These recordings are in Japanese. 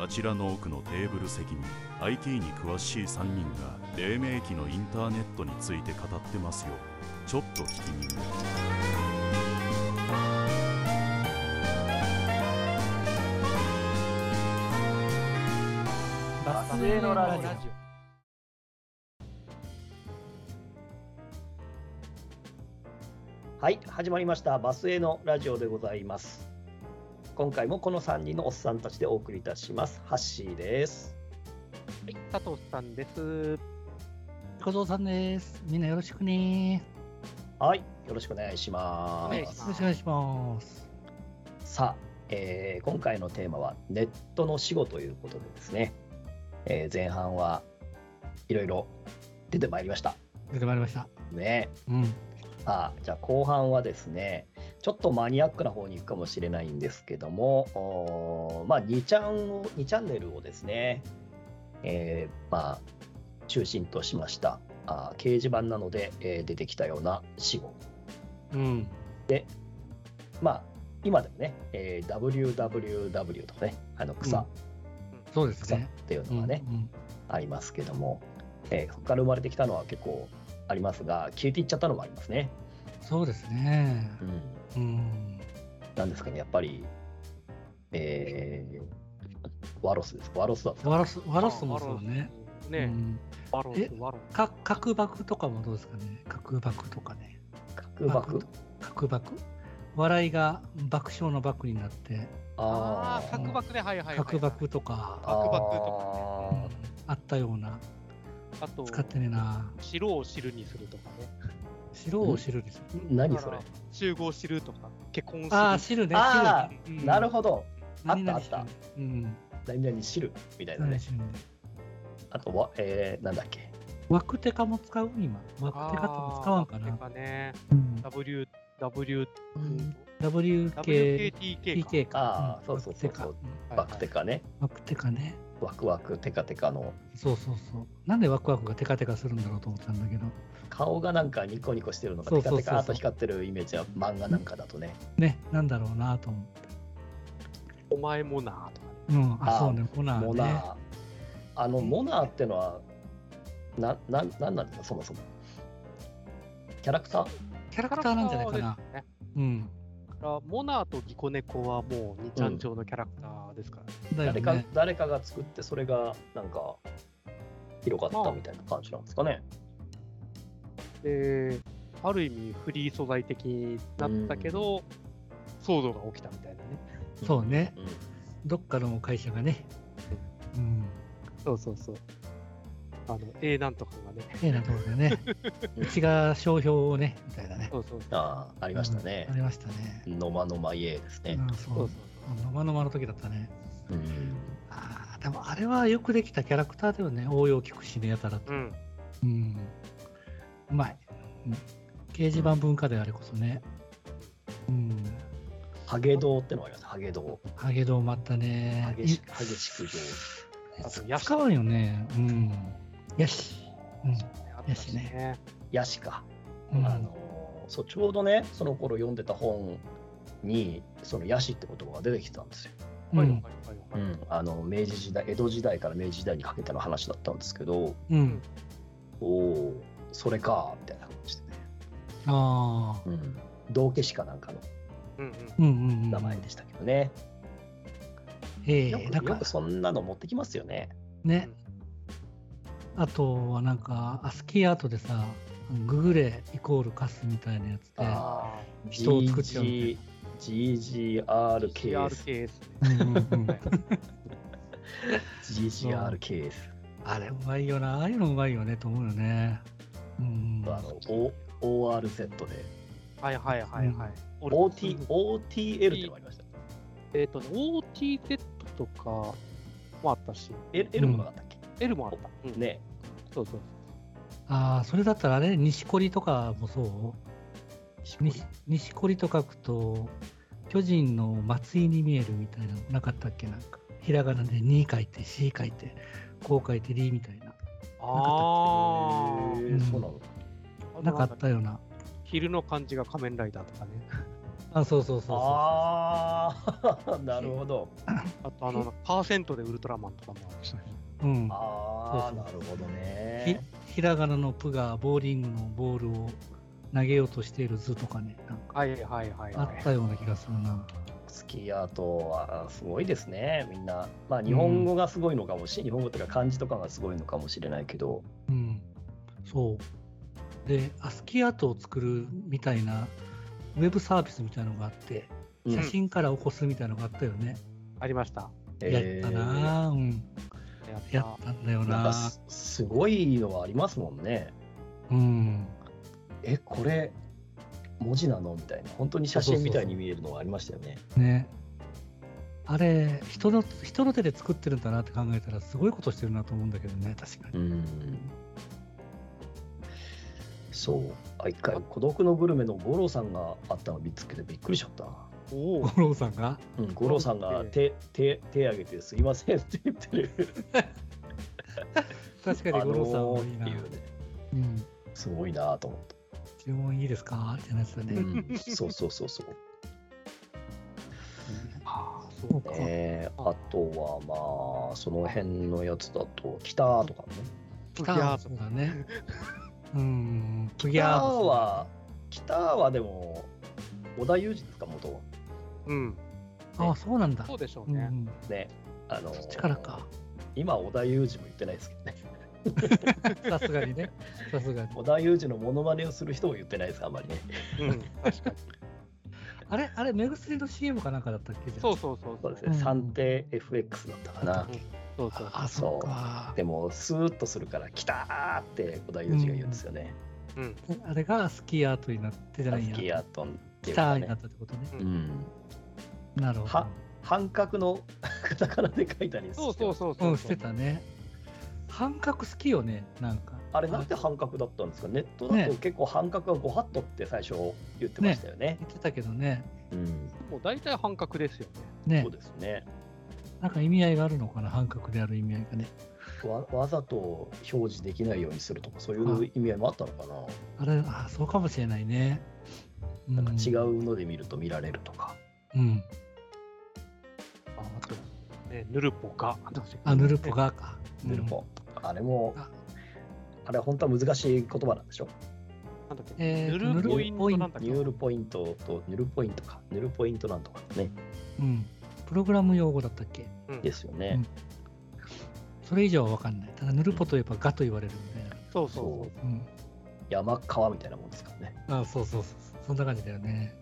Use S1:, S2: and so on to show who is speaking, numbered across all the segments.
S1: あちらの奥のテーブル席に IT に詳しい3人が黎明期のインターネットについて語ってますよちょっと聞きに
S2: バ
S3: スへのラジオ
S2: はい、始まりました。バスへのラジオでございます。今回もこの3人のおっさんたちでお送りいたします。ハッシーです。
S3: はい、佐藤さんです。
S4: 小僧さんです。みんなよろしくね。
S2: はい、よろしくお願いしま
S3: お願いし
S2: す。
S4: よろしくお願いします。
S2: さあ、えー今回のテーマはネットの死後ということでですね、えー前半はいろいろ出てまいりました。
S4: 出てまいりました。
S2: ね。
S4: うん。
S2: さあ、じゃあ後半はですね、ちょっとマニアックな方に行くかもしれないんですけども、おーまあ、2チャンを、2チャンネルをですね、えーまあ、中心としました。あー掲示板なので、えー出てきたような死後。
S4: うん。
S2: まあ、今でもね、えー WWW とかね、あの草、
S4: うんそうです
S2: 草っ
S4: ね。
S2: ていうのがね、
S4: うん
S2: ありますけども、えーそこから生まれてきたのは結構ありますが、消えていっちゃったのもありますね。
S4: うんそうですね。
S2: うん
S4: うん。
S2: なんですかね、やっぱり、えー、ワロスですか、ワロスだ
S4: ワロス、ワロスもそうね。
S3: あ。
S4: う
S3: ね、
S4: ん。
S3: ワロス
S4: え、
S3: ワロ
S4: か、核爆とかもどうですかね。核爆とかね。
S2: 核爆
S4: 核爆。笑いが爆笑の爆になって、
S3: ああ、
S2: ー
S3: 核爆ね、はいはいはい。
S4: 核爆とか、
S3: 核爆と
S4: う
S2: あ
S4: んあったような。
S3: か、あと、
S4: 使ってねえな。
S3: 白を汁にするとかね。
S4: 白を汁です。
S2: ー何
S3: だ
S2: そ
S3: か
S2: れ
S3: ら集合汁とか、結婚汁。
S4: ああ、汁ね。
S2: あー
S4: 汁ね。
S2: なるほど、
S4: ど
S2: あったあった。
S4: うん。
S2: 何々汁みたいな
S4: 何々
S2: ね。
S4: 汁ね。
S2: あとは、えー、なんだっけ、
S4: 枠テカも使う今。
S3: あ
S4: 枠
S3: ー
S4: テカとも使わんか
S3: ワ
S4: な
S3: ク。テカね、
S4: うん、
S3: W、W、
S4: WKTK
S3: WKTK か。
S4: か。
S2: あーそうそうそうそう
S4: 枠テカ
S2: バクテカね、
S4: うん枠テカね。
S2: ワクワクテカテカの、
S4: そうそうそう。なんでワクワクがテカテカするんだろうと思ったんだけど。
S2: 顔がなんかニコニコしてるのが
S4: そう
S2: テカ
S4: そうそう
S2: テカーっと光ってるイメージは漫画なんかだとね、
S4: ね、なんだろうなと思って。
S3: お前もなーとかね。
S4: うん、
S2: あー
S4: あ、そうね、モナーね。
S2: モナー。あの、モナーってのは、な、な、なんなんですか、そもそも。キャラクター
S4: キャラクターなんじゃないかな。
S3: キャラクターですね
S4: うん。
S3: だからモナーとギコネコはもう、二ちゃん調のキャラクターですからね。
S4: だよ
S2: 誰か
S4: ね。
S2: 誰かが作ってそれがなんか広がったみたいな感じなんですかね。
S3: で、ある意味フリー素材的になったけど、騒動が起きたみたいなね。
S4: そうね。
S2: うん
S4: どっかの会社がね。 うん。
S3: そうそうそう。あの、A なんとかがね。
S4: ええなところでね。うちが商標をね、みたいなね。
S3: そうそうそう。
S2: ああありましたね
S4: うんあ。りましたね。
S2: のまのま家ですね。
S4: うん、そ
S3: そううそう。
S4: のまのまの時だったね。
S2: うん
S4: あーでもあれはよくできたキャラクターだよね。応用聞くしね、やたらと。
S3: そう。うん。
S4: うん。うまい。うん掲示板文化であれこそね。うん。
S2: ハゲドウってのがあります。ハゲドウ。
S4: ハゲドウまったね。
S2: 激し激しく
S3: あと
S4: い
S3: ヤシ
S4: 使うよね。うん。よし。
S3: あったしね。
S2: ヤシか。
S4: うん。うん
S2: あのそうちょうどねその頃読んでた本にそのヤシって言葉が出てきてたんですよ。
S3: は
S4: う
S3: いはい
S4: ん。
S3: は
S2: う
S3: いはい。
S2: ん、あの明治時代江戸時代から明治時代にかけての話だったんですけど
S4: うん。
S2: おおそれかみたいな感じでね。
S4: ああ。
S2: うん、道化師かなんかの
S3: うんうん。
S4: うんうんうん。
S2: 名前でしたけどね。
S4: ええ
S2: よ
S4: なん
S2: くよ
S4: か
S2: くそんなの持ってきますよね。
S4: ね。あとはなんか、アスキーアートでさ、ググレイコールカスみたいなやつで。
S2: ああ、
S4: 人を作っちゃうみ
S2: GGR ケース、
S3: TRKS ね。
S4: うん うんうん
S2: GGR ケース、
S4: あれうまいよな、ああいうのうまいよねと思うよね。うん。
S2: あの O- ORZ で、
S3: はいはいはいはい。俺
S2: OT OTL ってのがありました。
S3: えっとね、OTZ とかもあったし、
S2: L, L もなかったっけ、
S3: L もあった。うん。
S2: ね
S3: そうそう。
S4: ああ、それだったらあれ、錦織とかもそう
S2: え。
S4: 錦錦織と書くと、巨人の松井に見えるみたいなのなかったっけなんか。ひらがなで2書いて、4書いて、こう書いて、りみたいな。
S3: あ
S2: へ
S3: ー
S2: ーそうなの
S3: あ。
S4: なかったような。
S3: 昼の漢字が仮面ライダーとかね。
S4: あ、そうそうそうそうそ
S2: ああ、 なるほど。
S3: あとあの、パーセントでウルトラマンとかもあるし、
S4: う。うん。
S2: ああ、
S4: そう
S2: なるほど
S4: ひ
S2: ね。
S4: ひらがなの「プ」がボーリングのボールを投げようとしている「図」とかねなんか
S3: はいはいはい
S4: あ
S3: は
S4: ったような気がするな
S2: スキーアートはすごいですね、みんな。まあ、日本語がすごいのかもしれない、日本語というか漢字とかがすごいのかもしれないけど。
S4: うんそうでアスキーアートを作るみたいなウェブサービスみたいのがあって
S2: うん
S4: 写真から起こすみたいのがあったよね、
S3: い。ありました。
S4: やったなぁうん
S3: やっ
S4: や
S3: た
S4: ったんだよ
S2: えーなん
S4: な
S2: か
S4: ぁ
S2: すすごいのはありますもんね。
S4: うん
S2: え、これ、文字なのみたいな。本当に写真みたいに見えるのはありましたよね。
S4: ねあれ人の人の手で作ってるんだなって考えたらすごいことしてるなと思うんだけどね確かに
S2: うん。そう。あ、一回、孤独のグルメの五郎さんがあったのを見つけてびっくりしちゃったな。
S3: おお
S4: 五郎さんが
S2: うん、五郎さんが手、手、手挙げてすいませんって言ってる。
S4: 確かに五郎さんはいいな、
S2: あのーっていうね。
S4: うん
S2: すごいなと思っ
S4: 注文いいですかみたいなやつだ
S2: て。
S4: ね、
S2: うん、そうそうそうそう。
S3: あーそう
S4: そうか、
S2: ねえ、あとはまあ、その辺のやつだと、北とかね。
S4: ギャーそうだ ね。うん、プギ
S2: 北
S4: ャー
S2: は、北はでも、織田裕二ですか、元は。
S3: うん。
S4: あ、そうなんだ
S3: そ。うでしょ
S4: う
S3: うんね。
S2: ね。あのー
S4: そっちからか。
S2: 今、織田裕二も言ってないですけどね。
S4: さすが にね。さすがに。
S2: 織田裕二のモノマネをする人も言ってないです、あんまりね。
S3: うん。確かに。
S4: あれ、あれ、目薬の CM かなんかだったっけじゃあ
S3: そうそうそう。
S2: そうですね。
S4: うん
S2: 三定 FX だったかな。
S3: そうそう。
S4: あ、そうか。
S2: でも、スーッとするから、来たーって小田裕二が言うんですよね。
S3: うん。
S4: あれがスキーアートになってじゃ
S2: ア
S4: な
S2: ス
S4: い
S2: キー
S4: や。
S2: アートンってい
S4: ス
S2: う
S4: タ
S2: か
S4: ーにな
S2: ね
S4: っ。たってことね。
S2: うん。
S4: なるほ
S2: は半角の カタカナで書いたり
S3: そうそうそう
S4: ど。
S3: そうう。
S4: ん、してたね。半角好きよね、なんか。
S2: あれなんで半角だったんですかネットだと
S4: ね
S2: 結構半角はごはっとって最初言ってましたよね。
S4: 言ってたけどね。
S2: うん、
S3: もう大体半角ですよね。
S4: ね
S2: そう、ですね
S4: なんか意味合いがあるのかな、半角である意味合いがね。
S2: わ。わざと表示できないようにするとかそういう意味合いもあったのかな。
S4: あれ、あ、そうかもしれないね。な
S2: なんか違。うので見ると見られるとか。
S4: うん。
S3: ああと、ね、ヌルポが。
S4: あ、ヌルポ。がか。
S2: ヌルポ。あれも
S4: あ
S2: あれ本当は難しい言葉なんでしょ
S3: なんだっけ、
S4: えー
S3: ヌルポイントなんだっけ
S2: ニュールポイントとニュールポイントかニュールポイントなんとかね。
S4: うん。プログラム用語だったっけ
S3: うん
S2: ですよね。
S4: それ以上は分かんない。ただ、ヌルポといえばガと言われるみたいな。
S3: そうそうそう。
S2: そう
S4: うん。
S2: 山川みたいなもんですからね。
S4: あそうそうそう。そんな感じだよね。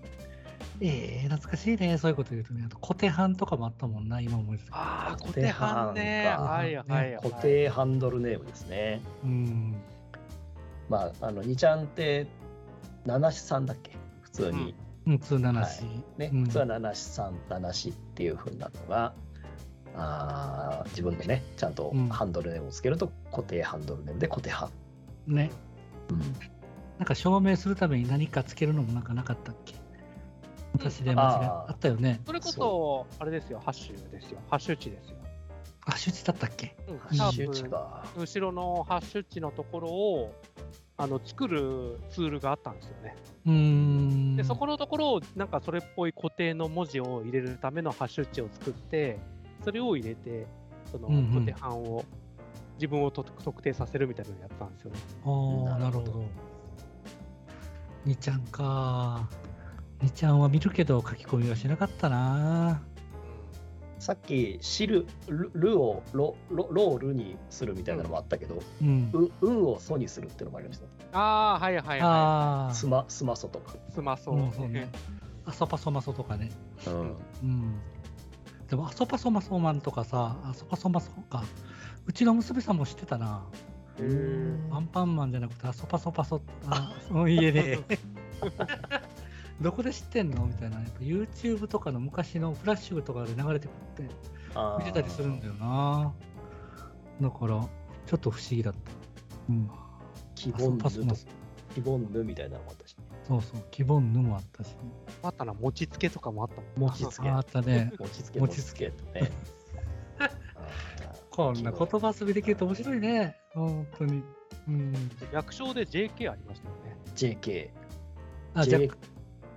S4: ええ懐かしいね。そういうこと言うとね。あと、コテハンとかもあったもんな、今思いつく。
S3: ああ、小手半ね。はいはいはい。
S2: 固定ハンドルネームですね。
S4: うん。
S2: まあ、あの、2ちゃんって、七四三だっけ普通に。
S4: うん、通なし。
S2: ね、
S4: うん
S2: 普通は七四三、七四っていう風なのが、あー自分でね、ちゃんと
S4: うん
S2: ハンドルネームをつけると、固定ハンドルネームで固定ハン。
S4: ね。なんか証明するために何かつけるのもなんかなかったっけ私で間違い
S2: あ
S4: あ
S2: ー
S4: ったよね。
S3: それこそ、あれですよ、ハッシュですよ。ハッシュ値ですよ。
S4: あ、周知だったっけ
S3: うん
S2: ハ
S4: シ
S2: ッ
S4: ュ
S2: シュ
S3: シャ
S2: 値
S3: ープ
S2: か。
S3: 後ろのハッシュ値のところをあの作るツールがあったんですよね。
S4: うーん。
S3: でそこのところをなんかそれっぽい固定の文字を入れるためのハッシュ値を作ってそれを入れてその
S4: うんうん
S3: 固定版を自分をと特定させるみたいなのをやったんですよね。
S4: ああ、な
S2: なる
S4: る
S2: ほ
S4: ほ
S2: ど
S4: ど。にちゃんか。にちゃんは見るけど書き込みはしなかったな。
S2: さっき、知る、るるをろ、ろ、ろをるにするみたいなのもあったけど、
S4: うん。
S2: う、うんをそにするっていうのもありましたね。
S3: ああはいはいは
S4: ああ。
S2: すま、すまそとか。
S3: い。スマソ
S4: うんそうね。あそぱそまそとかね。
S2: うん。
S4: うん。でも、あそぱそまそまんとかさ、あそぱそまそか。うちの娘さんも知ってたな。アンパンマンじゃなくて、あそぱそぱそ、あ、その家で。 どこで知ってんのみたいな。やっぱ YouTube とかの昔のフラッシュとかで流れてくるって。
S2: あー
S4: 見てたりするんだよなだからちょっと不思議だったうん
S2: 希
S4: あそ
S2: 望
S4: う
S2: ぬ
S4: パスも
S2: と、希望ぬみたいなのもあったしね。
S4: そうそう希望ぬもあったし
S3: あったな餅つけとかもあったもん。
S2: 餅つけ
S4: ああ。ったね
S2: 落ち着け、落
S4: 落
S2: ち
S4: ち
S2: 着
S4: 着
S2: けと ね。
S4: こんな言葉遊びできると面白いね本当にうん
S3: 略称で JK ありましたよね。
S2: JK。
S4: あ
S2: J-
S4: 弱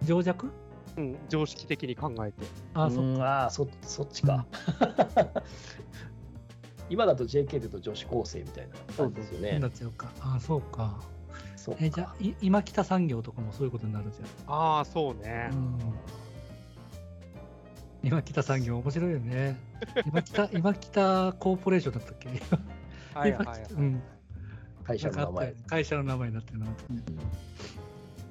S4: 情弱
S3: うん、常識的に考えて。
S4: あー、そっ
S2: うんあーそそっちか。 今だと JK でと女子高生みたいな感じですよ
S4: か。
S2: ね
S4: な。っちゃうか。あー、そうか。
S2: そうか
S4: えじゃあ、い今北産業とかもそういうことになるんじゃない
S3: ああ、そうね。
S4: うん今北産業面白いよね。今北、今北コーポレーションだったっけ
S3: はいはい、はい
S4: うん
S2: 会社の名
S4: なんかあっ
S2: 前
S4: た。よ会社の名前になってるな。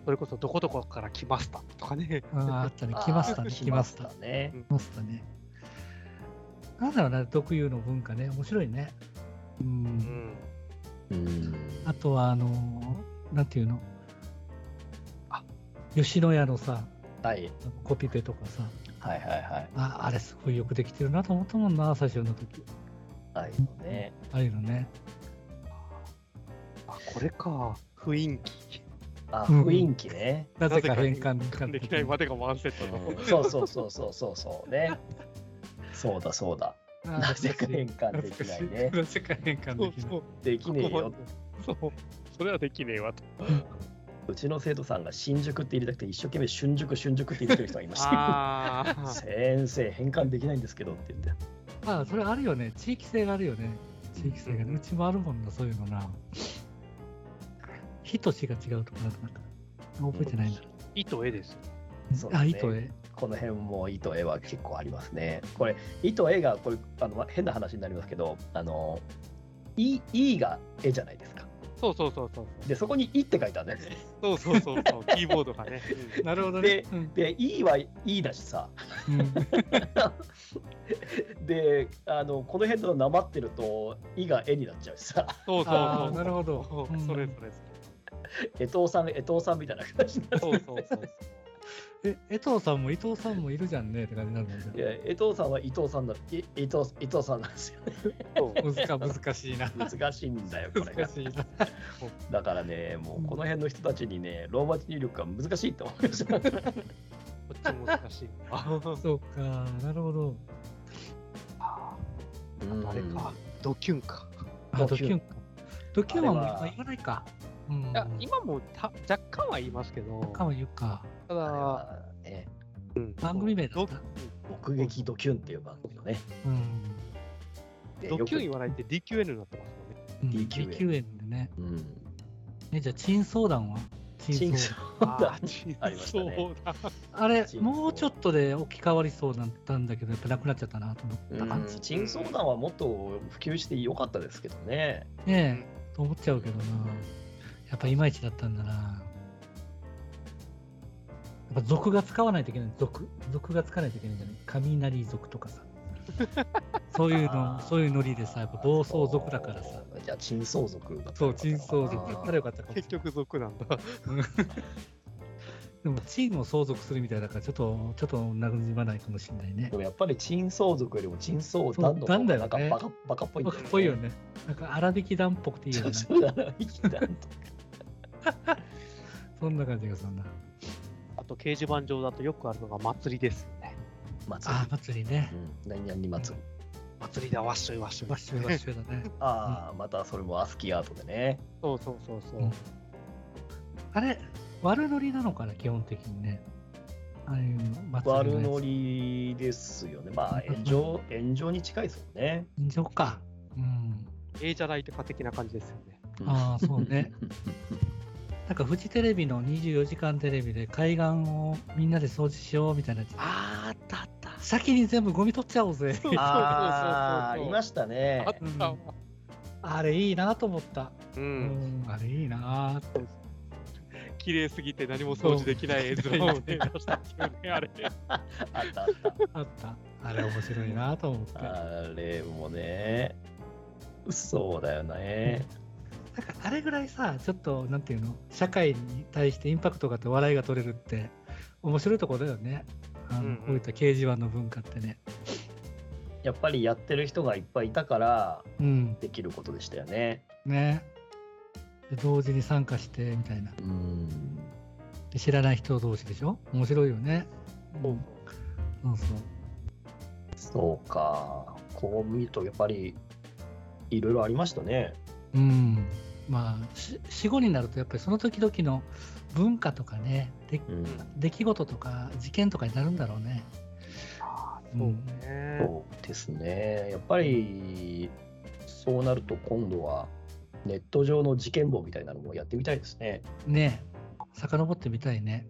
S3: それこそどこどこから来ましたとかね。
S4: あーあったね。来ましたね。来ました。来
S2: たね。
S4: ましたね。なんだろうな、特有の文化ね。面白いね。う。
S3: うんん。
S2: うん。
S4: あとは、あのー、なんていうの。あ吉野家のさ、
S2: はい
S4: コピペとかさ、
S2: はいはいはい。
S4: ああれすごいよくできてるなと思ったもんな、最初の時。
S2: ああいうのね。
S4: ああいうのね。
S3: あ、これか。雰囲気。
S2: あ
S4: うん
S2: 雰囲気ね。
S4: なぜか変
S3: 変
S4: 換
S3: 換できないまでがワンセットの。
S2: そうそうそうそうそうそうね。そうだそうだ。な
S4: な
S2: ぜか変換できないね。
S4: なぜか変換
S3: そ
S4: で
S3: う
S4: きない。
S3: そう。
S2: できねえよ。
S3: そう。それはできねえわと。
S2: うちの生徒さんが新宿って入れたくて一生懸命春熟春熟って入れてる人がい ました。
S3: あ あ。
S2: 先生変換できないんですけどって言って。
S4: まあ、それあるよね。地域性があるよね。地域性がね。
S3: うん
S4: うちもあるもんな、そういうのな。火と地が違うとかなんか覚えてないな。
S3: いと絵です。
S2: そうだ
S4: あ、
S2: ね
S4: いいとえ。
S2: この辺も糸絵は結構ありますね。これ、糸絵が、これ、あの、変な話になりますけど、あの、い、いが絵じゃないですか。
S3: そうそうそうそう。
S2: で、そこにいって書いてあるんだよね。
S3: そうそうそうそう。キーボードがね。うん
S4: なるほど
S2: ね
S4: ね。
S2: で、いはいいだしさ、で、あの、この辺のなまってると、いが絵になっちゃうしさ、
S3: そう
S4: あ
S3: そう
S4: あ、なるほど。
S3: そう。そう
S4: うん
S3: それそれそ
S2: 江藤さん、江藤さんみたいな感じにな
S3: れ。
S2: る。
S3: そうそうそう。
S4: え、江藤さんも伊藤さんもいるじゃんねって感じになるもん
S2: い
S4: ね。
S2: や江藤さんは伊藤さんだ、い伊藤、伊藤さんなんですよね。
S3: そう
S4: 難難しいな。
S2: 難しいんだよ、これが
S4: 難。しいな。
S2: だからね、もうこの辺の人たちにね、ローマ字入力が難しいって思いまし
S3: こ
S2: た。
S3: っちも難しい。あ
S4: そうか、なるほど。
S3: あ。あ
S2: あ
S3: れか。ドキュンか。
S4: あ、
S2: ド
S4: ド
S2: キ
S4: キュ
S2: ュン
S4: ンか。ドキュンはもう
S2: あれは
S4: 今言わないか。うん。
S3: いや今もた若干は言いますけど、
S4: かも言うか。
S3: た
S2: あれ
S3: だ、
S2: はね、
S3: うん
S4: 番組名だ
S3: ド
S4: っ
S3: キ
S4: た
S2: 目撃ドキュンっていう番組のね、
S4: うん。
S2: で
S3: ドキュン言
S2: よ
S3: わないって DQN になってますよね。
S4: うん、
S2: DQN
S4: DQN でね。
S2: くうん、
S4: ね、じゃあ、珍相談は
S2: 珍
S4: 珍
S2: 相
S4: 相
S2: だ
S3: ーち
S2: ありましたね
S3: そうだ。
S4: あれ
S2: 珍、相
S4: もうちょっとで置き換わりそうだったんだけど、やっぱなくなっちゃったなと思った
S2: 談
S4: 感じ。
S2: 珍相談はもっと普及してよかったですけどね、
S4: ねえ、と思っちゃうけどな。やっぱいまいちだったんだな。やっぱ俗が使わないといけない。俗。俗がつかないといけないんじゃない雷族とかさ。そういう
S2: あ
S4: の、
S2: ー
S4: そういうノリでさ、やっぱ暴走族だからさ。
S2: そうじゃあ珍相族だった
S4: そう、珍相族だったらよ
S2: か
S4: かったかもしれ
S3: 結
S4: ない
S3: 局族なんだ。
S4: でもチームを相続するみたいだからちょっとちょっとなじまないかもしれないね
S2: で。もやっぱり珍相族よりも珍相談の
S4: そう
S2: 方
S4: なんだ
S2: が
S4: よね
S2: なんかバカバカっぽいん
S4: か
S2: だ
S4: っ
S2: ね
S4: こいいよね。なんか粗挽き団っぽくていいよ
S2: そう
S4: ね。
S2: そうだな粋だな
S4: そんな感じがするな。
S3: あと掲示板上だとよくあるのが祭りですよね。
S2: 祭
S4: ああ、祭りね
S2: り、。うん、何々祭り
S3: 祭りだ、わっしょいわっしょい。
S4: バッシュバッシュだね。
S2: ああ、またそれもアスキーアートでね
S3: そうそうそうそう。
S4: うんあれ、悪ノリなのかな、基本的にね。ああいう祭り
S2: 悪
S4: の
S2: ノ
S4: やつ。
S2: リですよねまあ炎上炎上に近いですよね
S4: 炎上か。うん。
S3: ええじゃないとか的な感じですよ ね。
S4: ああ、そうね。なんかフジテレビの24時間テレビで海岸をみんなで掃除しようみたいなやつ。
S3: ああ、あったあった。
S4: 先に全部ゴミ取っちゃおうぜ。
S2: ああ、いま
S3: し
S2: したね
S3: あ。ったわ。
S4: あれいいなと思った。
S3: う。
S4: うんん、あれいいなーって。
S3: 綺麗すぎて何も掃除できない絵面をね出したっていうね、あれ。
S2: あったあった。
S4: あった。あれ面白いなと思って。なんか
S2: あれもね、そうだよね。
S4: あれぐらいさ、ちょっと、なんていうの、社会に対してインパクトがあって笑いが取れるって、面白いところだよね。あの
S3: うんうん
S4: こういった掲示板の文化ってね。
S2: やっぱりやってる人がいっぱいいたから
S4: うん。
S2: できることでしたよね。
S4: ね。で同時に参加してみたいな。
S2: うん。
S4: で知らない人同士でしょ面白いよね。
S3: そう
S4: そうそう。
S2: そうか。こう見るとやっぱりいろいろありましたね。
S4: うん。まあ、し死後になるとやっぱりその時々の文化とかねで
S2: うん
S4: 出来事とか事件とかになるんだろうね。
S3: そう
S4: うん
S3: ね。
S2: そうですね。やっぱり、そうなると今度は、ネット上の事件簿みたいなのもやってみたいですね。
S4: ね遡ってみたいね。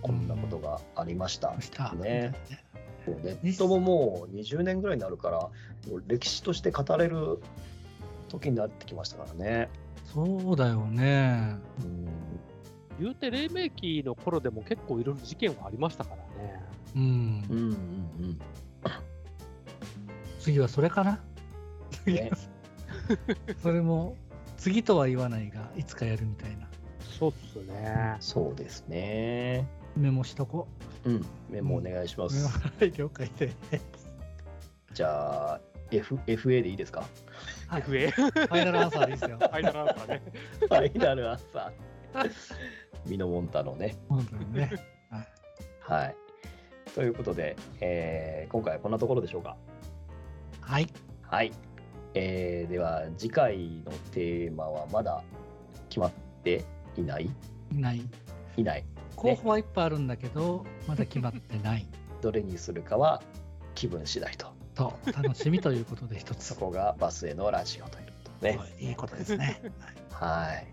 S2: こんなことがありました。
S4: した
S2: ねネットももう20年ぐらいになるから、もう歴史として語れる時になってきましたからね。
S4: そうだよね。
S2: うん
S3: 言うて、黎明期の頃でも結構いろいろ事件はありましたからね。
S4: うん。
S2: うんうん
S4: 次はそれかな
S2: うん。 ね、
S4: それも次とは言わないがいつかやるみたいな
S3: そうっす ね。
S2: そうですね。
S4: メモしとこ
S2: うん、メモお願いしま
S4: う。
S2: す。
S4: はい了解で。
S2: じゃあ、F、FA でいいですか
S4: はい、フ
S3: FA。フ
S4: ァイナルアンサーですよ。
S3: ァイナルアンサーね。
S2: ファイナルアンサー。 ミノモンタのね。
S4: 本当にね。
S2: はい。ということで、えー今回はこんなところでしょうか。
S4: はい。
S2: はい。えーでは、次回のテーマはまだ決まっていない
S4: ない。
S2: いない。
S4: 候補はいっぱいあるんだけど、まだ決まってない。
S2: どれにするかは気分次第と。
S4: と、楽しみということで一つ
S2: そ。こがバスへのラジオということね。
S4: いいことですね。
S2: はい。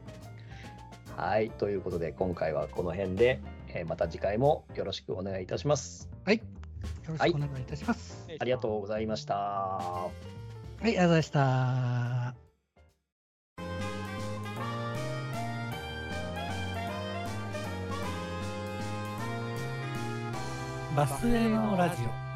S2: はい。ということで、今回はこの辺で、えーまた次回もよろしくお願いいたします。
S4: はい。よろしくお願いいたします。はい、
S2: ありがとうございました。
S4: ありがとうございました。バスへのラジオ。